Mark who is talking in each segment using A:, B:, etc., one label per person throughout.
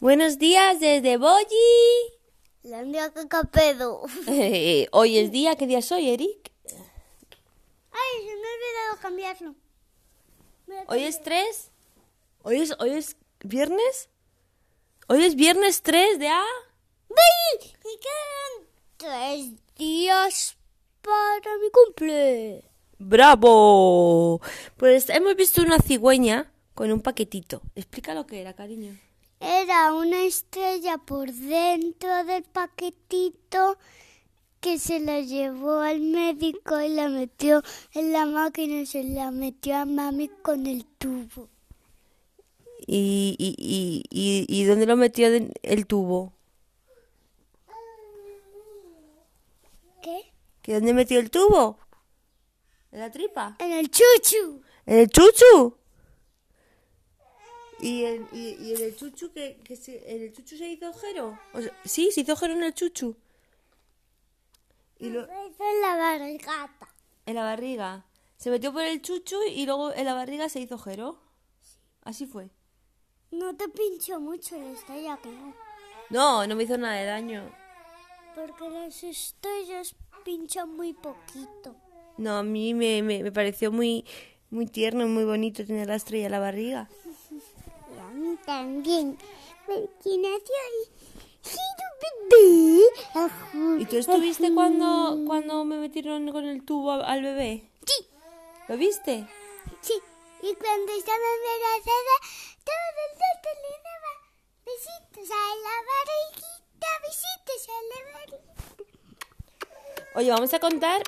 A: Buenos días desde Boyi.
B: La día que capedo.
A: Eh, hoy es día, ¿qué día soy, Eric?
B: Ay, se me ha olvidado cambiarlo. Mira,
A: Hoy es 3. Hoy es, hoy es viernes. Hoy es viernes 3 de A.
B: ¡Ve! Y quedan tres días para mi cumple.
A: ¡Bravo! Pues hemos visto una cigüeña con un paquetito. Explica lo que era, cariño.
B: Era una estrella por dentro del paquetito que se la llevó al médico y la metió en la máquina y se la metió a mami con el tubo.
A: ¿Y, y, y, y, y dónde lo metió de- el tubo?
B: ¿Qué?
A: ¿Que dónde metió el tubo? ¿En la tripa?
B: En el chuchu.
A: ¿En el chuchu? ¿Y en, y, y en el chuchu que, que se, en el chuchu se hizo ojero? O sea, sí, se hizo ojero en el chuchu. Y lo-
B: en la barrigata.
A: en la barriga. Se metió por el chuchu y luego en la barriga se hizo ojero. Así fue.
B: No te pinchó mucho la estrella, que no.
A: No, no me hizo nada de daño.
B: Porque las estrellas pinchan muy poquito.
A: No, a mí me, me, me pareció muy, muy tierno y muy bonito tener la estrella en la barriga.
B: Y a mí también. Porque nació ahí. Sí, tu bebé. Ajú.
A: ¿Y tú estuviste cuando, cuando me metieron con el tubo al- al bebé?
B: Sí,
A: ¿Lo viste?
B: sí. Y cuando estaba embarazada, todo el rato le daba besitos a la barriguita, besitos a la barriguita.
A: Oye, vamos a contar,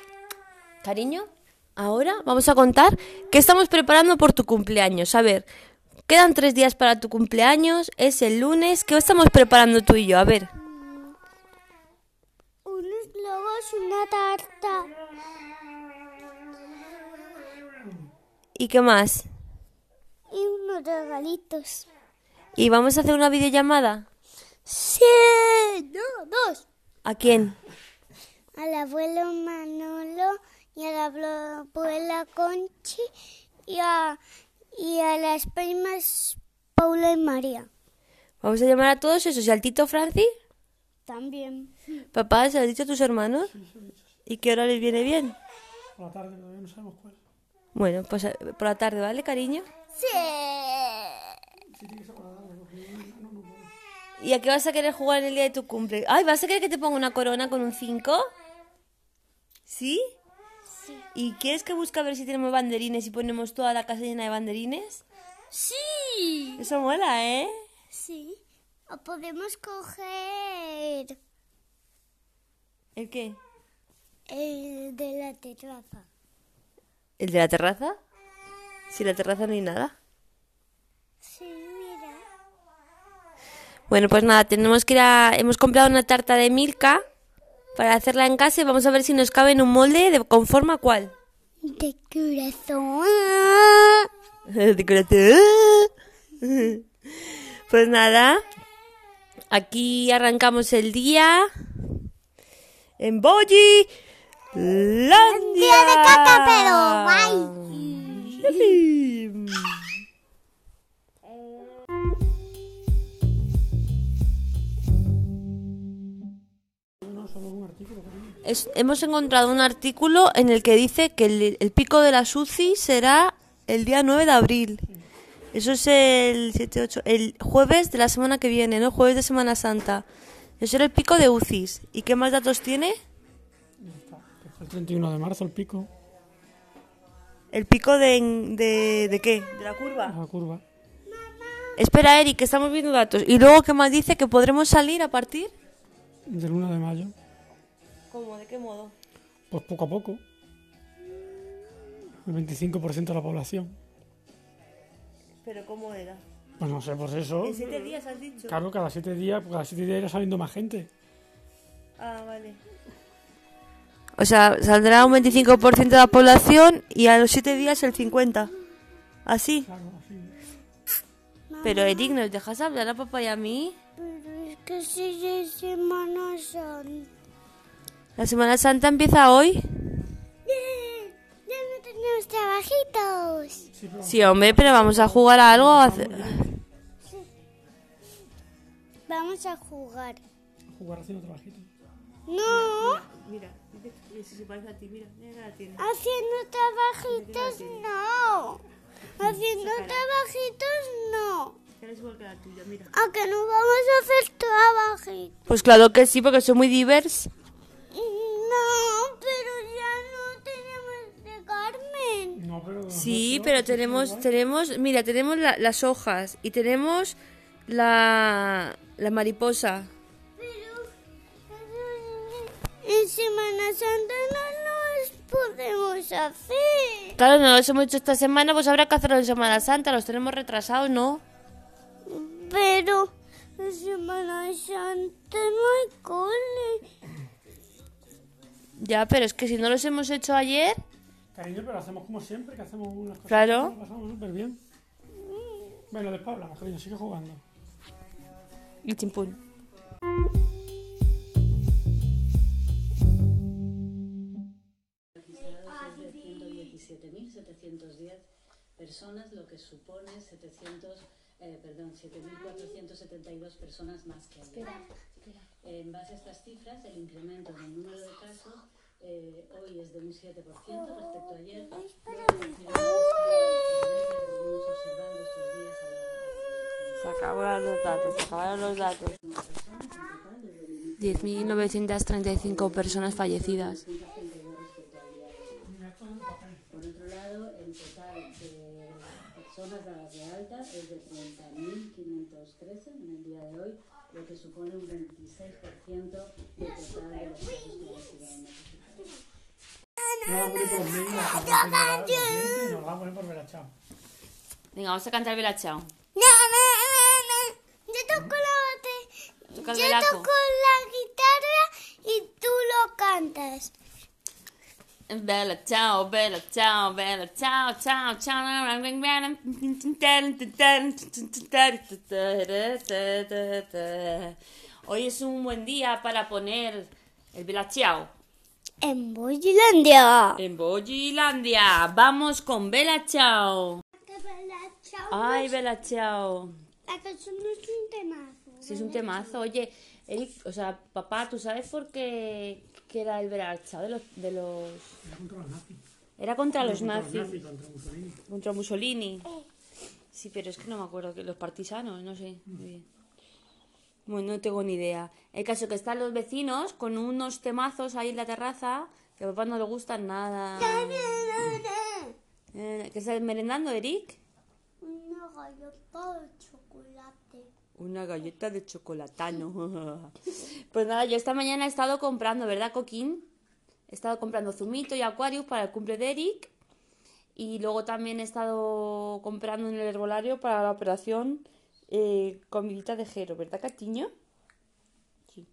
A: cariño, ahora vamos a contar qué estamos preparando por tu cumpleaños. A ver, quedan tres días para tu cumpleaños, es el lunes, ¿qué estamos preparando tú y yo? A ver,
B: Unos globos, una tarta.
A: ¿y qué más?
B: Y unos regalitos.
A: ¿Y vamos a hacer una videollamada?
B: Sí, no, dos.
A: ¿A quién?
B: al abuelo Manolo y a la ablo- abuela Conchi y a, y a las primas Paula y María.
A: Vamos a llamar a todos esos. ¿Y al tito Franci?
B: También.
A: Papá, ¿se lo has dicho a tus hermanos? ¿Y qué hora les viene bien?
C: Por la tarde, todavía no sabemos cuál.
A: Bueno, pues eh, por la tarde, ¿vale, cariño?
B: Sí.
A: ¿Y a qué vas a querer jugar el día de tu cumple? Ay, ¿vas a querer que te ponga una corona con un 5? ¿Sí?
B: Sí.
A: ¿Y quieres que busque a ver si tenemos banderines y ponemos toda la casa llena de banderines?
B: Sí.
A: Eso mola, ¿eh?
B: Sí. O podemos coger
A: ¿El qué?
B: el de la terraza.
A: ¿El de la terraza? Si en la terraza no hay nada.
B: Sí, mira.
A: Bueno, pues nada, tenemos que ir a... Hemos comprado una tarta de Milka para hacerla en casa y vamos a ver si nos cabe en un molde de conforma cuál.
B: De corazón.
A: De corazón. Pues nada, aquí arrancamos el día en Boyi Landia.
B: Día de caca, pero bye.
A: Es- hemos encontrado un artículo en el que dice que el, el pico de la SUCI será el día 9 de abril. Eso es el 7, 8, el jueves de la semana que viene, ¿no? Jueves de Semana Santa. Eso era el pico de UCIs. ¿Y qué más datos tiene?
C: Que fue Pues el 31 de marzo, el pico,
A: ¿El pico de, de, de qué? ¿De la curva?
C: la curva.
A: Espera, Eric, que estamos viendo datos. ¿Y luego qué más dice? ¿Que podremos salir a partir?
C: Del 1 de mayo,
A: ¿Cómo? ¿De qué modo?
C: pues poco a poco. El 25% de la población.
A: ¿Pero cómo era?
C: Pues no sé, pues eso.
A: siete días has dicho?
C: Claro, cada 7 días, pues cada 7 días irá saliendo más gente.
A: Ah, vale. O sea, saldrá un 25% de la población y a los 7 días el 50%. Así.
C: Claro, así.
A: Pero Eric, ¿nos dejas hablar a papá y a mí?
B: Pero es que si es Semana Santa.
A: La Semana Santa empieza hoy.
B: ¡Bien! ¡Ya no tenemos trabajitos!
A: Sí, hombre, pero vamos a jugar a algo. a hacer-
B: vamos a jugar.
C: Jugar haciendo trabajito.
B: No,
A: Mira, si se parece a ti, mira, mira la tiene.
B: haciendo trabajitos no. Haciendo trabajitos no.
A: Es igual que la tuya, mira.
B: ¿A que no vamos a hacer trabajitos?
A: Pues claro que sí, porque soy muy divers.
B: No, pero ya no tenemos de Carmen.
C: No, pero.
A: Sí, pero tenemos, tenemos, mira, tenemos la- las hojas y tenemos la, la mariposa.
B: Pero eso es- en Semana Santa no los podemos hacer.
A: Claro, no los hemos hecho esta semana, pues habrá que hacerlo en Semana Santa, los tenemos retrasados, ¿no?
B: Pero en Semana Santa no hay cole.
A: Ya, pero es que si no los hemos hecho ayer,
C: Cariño, pero hacemos como siempre, que hacemos unas cosas.
A: Claro.
C: que Lo pasamos súper bien. Bueno, después hablamos, cariño, sigue jugando.
A: el chimpún.
D: personas, lo que supone 700, eh, perdón, 7.472 personas más que ayer. En base a estas cifras, el incremento del número de casos eh, hoy es de un 7% respecto a ayer. Los confirmados seguimos observando estos días a
A: Se
D: la-
A: acabaron los datos, se acabaron los datos. 10.935 personas fallecidas.
D: Por otro lado, el total de personas dadas de alta es de 30.513 en el día de hoy, lo que supone un 26% del total de los casos que la ciudad de México.
C: No la voy por mí, la vamos a poner por los dientes y nos la voy por ver a Chao.
A: Venga, vamos a cantar Vela Chao.
B: No, no, no, no. Yo toco la bate-
A: Toca el
B: Yo
A: velaco.
B: toco la guitarra y tú lo cantas.
A: Vela Chao, Vela Chao, Vela Chao, Chao, Chao. Hoy es un buen día para poner el Vela Chao.
B: En Boyilandia.
A: En Boyilandia, vamos con Vela Chao. Ay, Vela Chao.
B: La canción no es un temazo.
A: Sí, es un temazo. Oye, Eric, o sea, papá, ¿tú sabes por qué, qué era el verachao de los, de los...
C: Era contra los nazis.
A: Era contra los
C: Contra los
A: nazis,
C: nazis, contra Mussolini.
A: contra Mussolini. Sí, pero es que no me acuerdo, que los partisanos, no sé. Muy bien. Bueno, no tengo ni idea. El caso que están los vecinos con unos temazos ahí en la terraza que a papá no le gustan nada. Eh, ¿Qué estás merendando, Eric?
B: Una galleta de chocolate.
A: Una galleta de chocolatano. Pues nada, yo esta mañana he estado comprando, ¿verdad, Coquín? He estado comprando zumito y Aquarius para el cumple de Eric. Y luego también he estado comprando en el herbolario para la operación eh, comidita de Jero, ¿verdad, Catiño? Sí.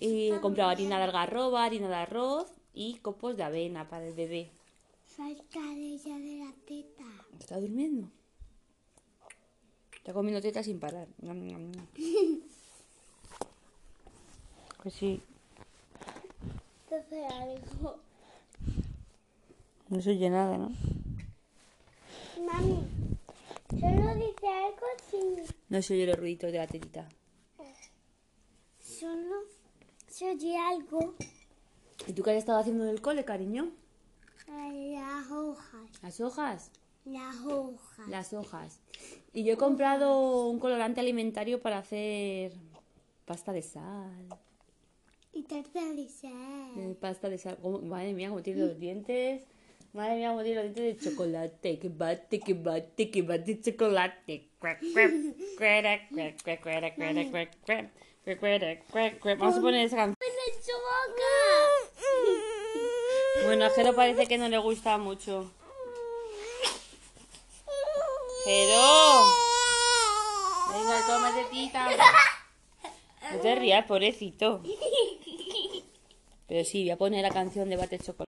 A: Y he comprado harina de algarroba, harina de arroz y copos de avena para el bebé.
B: Salta de ella de la teta.
A: Está durmiendo. Está comiendo teta sin parar. Ñam, ñam, ñam. Pues sí.
B: Entonces algo.
A: No se oye nada, ¿no?
B: Mami, solo dice algo sin.
A: No se oye los ruiditos de la tetita.
B: Solo se oye algo
A: ¿Y tú qué has estado haciendo en el cole, cariño?
B: las hojas.
A: Las hojas.
B: Las hojas.
A: Las hojas. Y yo he comprado un colorante alimentario para hacer pasta de sal.
B: Y tarta de sal.
A: Eh, Pasta de sal. Cómo- Madre mía, cómo tiene los dientes. Madre mía, cómo tiene los dientes de chocolate. Que bate, que bate, que bate chocolate. Cuac, cuac, cuera, cuac, cuac, cuera, cuera, cuac, cuac, cuac, cuera, cuac, cuac. Vamos a poner esa canción.
B: ¡En su boca!
A: Bueno, a Jero parece que no le gusta mucho. Jero. Venga, cómete tita. No te rías, pobrecito. Pero sí, voy a poner la canción de Bate Chocolate.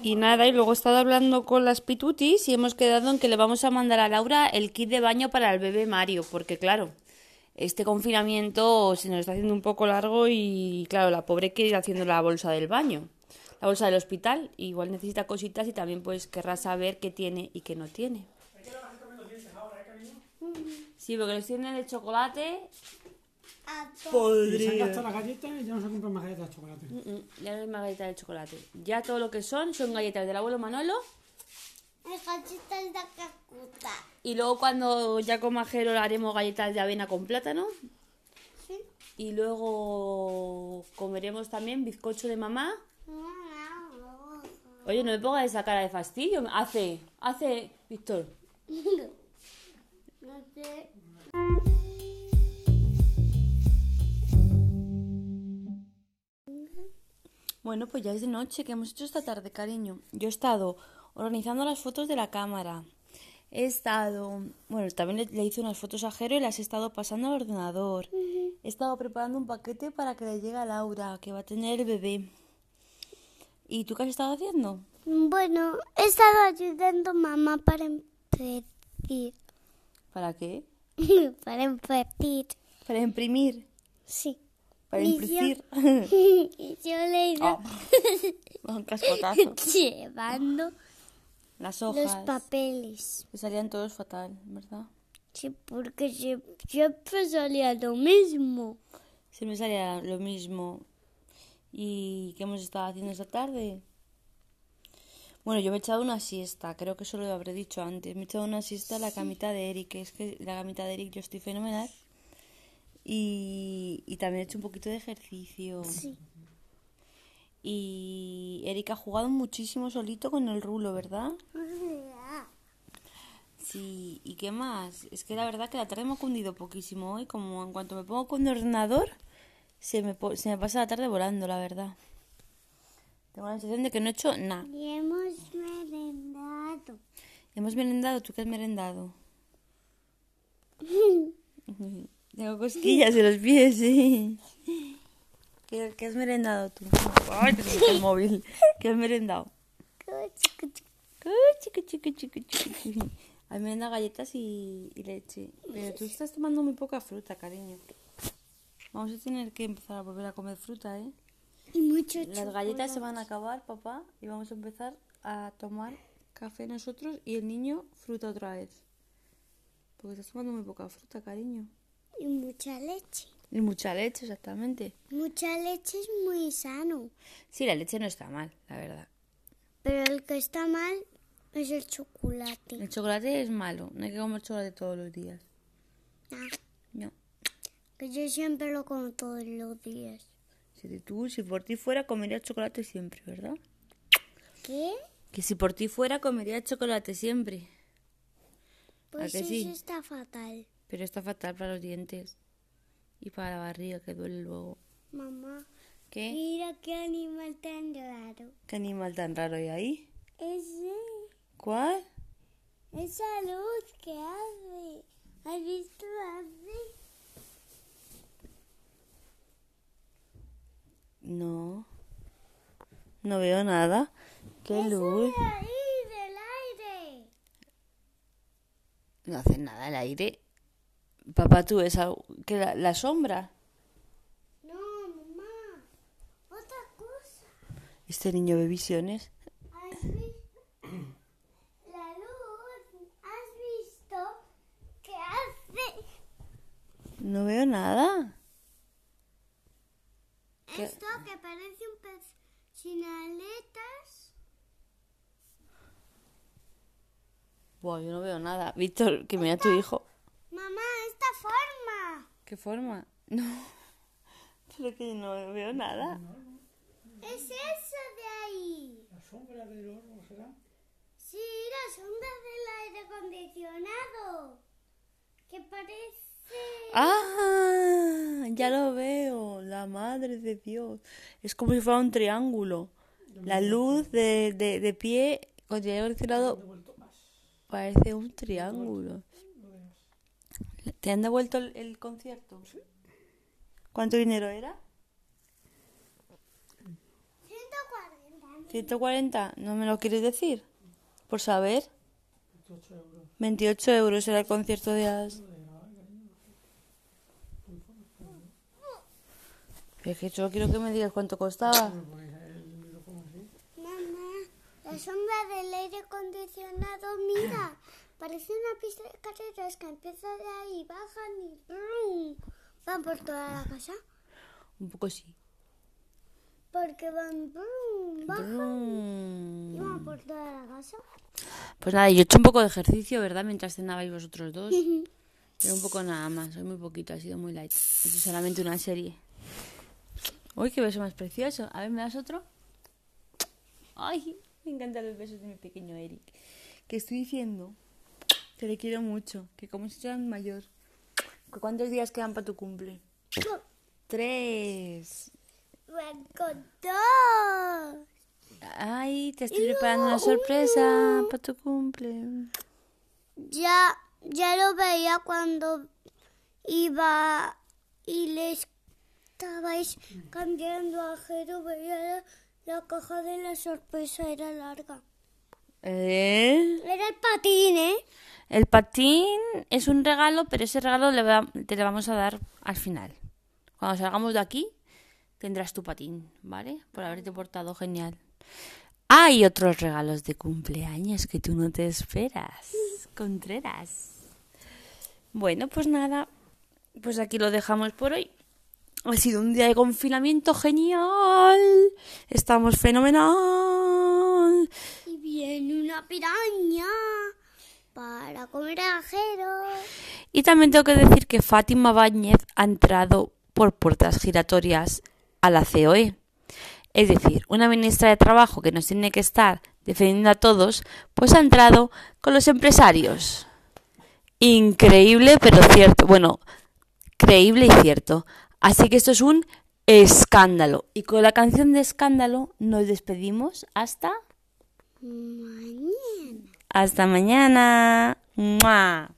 A: Y nada, y luego he estado hablando con las pitutis y hemos quedado en que le vamos a mandar a Laura el kit de baño para el bebé Mario, porque claro, este confinamiento se nos está haciendo un poco largo y claro, la pobre quiere ir haciendo la bolsa del baño, la bolsa del hospital, igual necesita cositas y también pues querrá saber qué tiene y qué no tiene. Sí, porque los tiene de chocolate
B: a todos.
E: Se han
A: Podría.
E: gastado las galletas y ya no se compran más galletas de chocolate.
A: Mm, Ya no es más galletas de chocolate. Ya todo lo que son son galletas del abuelo Manolo.
B: Mis galletas de Calcuta.
A: Y luego cuando ya coma Jero haremos galletas de avena con plátano.
B: Sí.
A: Y luego comeremos también bizcocho de mamá. Oye, no me pongas esa cara de fastidio. Hace, hace, Víctor.
B: No sé.
A: Bueno, pues ya es de noche. ¿Qué hemos hecho esta tarde, cariño? Yo he estado organizando las fotos de la cámara. He estado... Bueno, también le, le hice unas fotos a Jero y las he estado pasando al ordenador. He estado preparando un paquete para que le llegue a Laura, que va a tener el bebé. ¿Y tú qué has estado haciendo?
B: Bueno, he estado ayudando a mamá para empedir.
A: ¿Para qué?
B: para empedir.
A: Para imprimir.
B: Sí.
A: Para
B: Y
A: imprimir.
B: Yo, y yo le he ido
A: Un cascotazo.
B: llevando
A: Las
B: los
A: hojas.
B: papeles.
A: Y salían todos fatal, ¿verdad?
B: Sí, porque sie- siempre salía lo mismo.
A: Se me salía lo mismo. ¿Y qué hemos estado haciendo esta tarde? Bueno, yo me he echado una siesta, creo que eso lo habré dicho antes. Me he echado una siesta en la camita de Eric, que es que la camita de Eric yo estoy fenomenal. Y, y también he hecho un poquito de ejercicio.
B: Sí.
A: Y Eric ha jugado muchísimo solito con el rulo, ¿verdad? Sí, ¿y qué más? Es que la verdad que la tarde me ha cundido poquísimo hoy, como en cuanto me pongo con el ordenador, se me, po- se me pasa la tarde volando, la verdad. Tengo la sensación de que no he hecho nada.
B: Y hemos merendado.
A: Hemos merendado, ¿tú qué has merendado? Tengo cosquillas en los pies, sí. ¿Qué, qué has merendado tú? Ay, te quita el móvil. ¿Qué has merendado? Ay, chiqui, chiqui, chiqui, chiqui, chiqui. A mí me dan galletas y, y leche. Pero tú estás tomando muy poca fruta, cariño. Vamos a tener que empezar a volver a comer fruta, ¿eh?
B: Y mucho
A: Las galletas se van a acabar, papá, y vamos a empezar a tomar café nosotros y el niño fruta otra vez. Porque estás tomando muy poca fruta, cariño.
B: Y mucha leche.
A: Y mucha leche, exactamente.
B: Mucha leche es muy sano.
A: Sí, la leche no está mal, la verdad.
B: Pero el que está mal es el chocolate.
A: El chocolate es malo, no hay que comer chocolate todos los días.
B: Ah,
A: No.
B: que yo siempre lo como todos los días.
A: Si tú, si por ti fuera, comerías chocolate siempre, ¿verdad?
B: ¿Qué?
A: Que si por ti fuera, comería chocolate siempre.
B: Pues
A: que
B: eso
A: sí?
B: está fatal.
A: Pero está fatal para los dientes. Y para la barriga, que duele luego.
B: Mamá,
A: ¿Qué?
B: mira qué animal tan raro.
A: ¿Qué animal tan raro hay ahí?
B: Ese,
A: ¿Cuál?
B: esa luz que hace. ¿Has visto hace?
A: No. No veo nada. ¿Qué luz?
B: Ahí del aire.
A: No hace nada el aire. Papá, tú ves algo... ¿Qué, la, la sombra?
B: No, mamá. Otra cosa.
A: Este niño ve visiones.
B: ¿Has visto? La luz. ¿Has visto que hace?
A: No veo nada. ¿Qué?
B: Esto que parece un pez sin aletas.
A: Buah, yo no veo nada. Víctor, que mira a tu hijo.
B: Mamá, esta forma.
A: ¿Qué forma? No. Pero que no veo nada.
B: Es eso de ahí.
E: La sombra del oro será.
B: Sí, las ondas del aire acondicionado. Que parece.
A: ¡Ah! Ya lo veo. La madre de Dios. Es como si fuera un triángulo. La luz de, de, de pie con el acondicionado parece un triángulo. ¿Te han devuelto el, el concierto? ¿Cuánto dinero era?
B: 140.
A: ¿140? ¿No me lo quieres decir? Por saber.
E: 28 euros.
A: 28 euros era el concierto de las... Es que solo quiero que me digas cuánto costaba.
E: Pues él me lo como así.
B: Mamá, las ondas del aire acondicionado, mira. Parece una pista de carreras que empieza de ahí, bajan y brum. ¿Van por toda la casa?
A: Un poco sí.
B: Porque van, brum, bajan y
A: Brum.
B: van por toda la casa.
A: Pues nada, yo he hecho un poco de ejercicio, ¿verdad? Mientras cenabais vosotros dos. Pero un poco nada más, soy muy poquito, ha sido muy light. He hecho solamente una serie. Uy, qué beso más precioso. A ver, ¿me das otro? Ay, me encantan los besos de mi pequeño Eric. Que estoy diciendo que le quiero mucho, que como si tan mayor. ¿Cuántos días quedan para tu cumple? Tres.
B: Van con dos.
A: Ay, te estoy preparando una sorpresa para tu cumple.
B: Ya, ya lo veía cuando iba y le estabais cambiando a Jero, veía la, la caja de la sorpresa, era larga.
A: ¿Eh?
B: Era el patín, ¿eh?
A: El patín es un regalo, pero ese regalo le va- te lo vamos a dar al final. Cuando salgamos de aquí, tendrás tu patín, ¿vale? Por haberte portado genial. Hay otros regalos de cumpleaños que tú no te esperas, Contreras. Bueno, pues nada, pues aquí lo dejamos por hoy. Ha sido un día de confinamiento genial. Estamos fenomenal.
B: Y viene una piraña para comer a Jero.
A: Y también tengo que decir que Fátima Báñez ha entrado por puertas giratorias a la COE. Es decir, una ministra de Trabajo que nos tiene que estar defendiendo a todos, pues ha entrado con los empresarios. Increíble, pero cierto. Bueno, creíble y cierto. Así que esto es un escándalo. Y con la canción de escándalo nos despedimos hasta...
B: Mañana.
A: Hasta mañana. ¡Mua!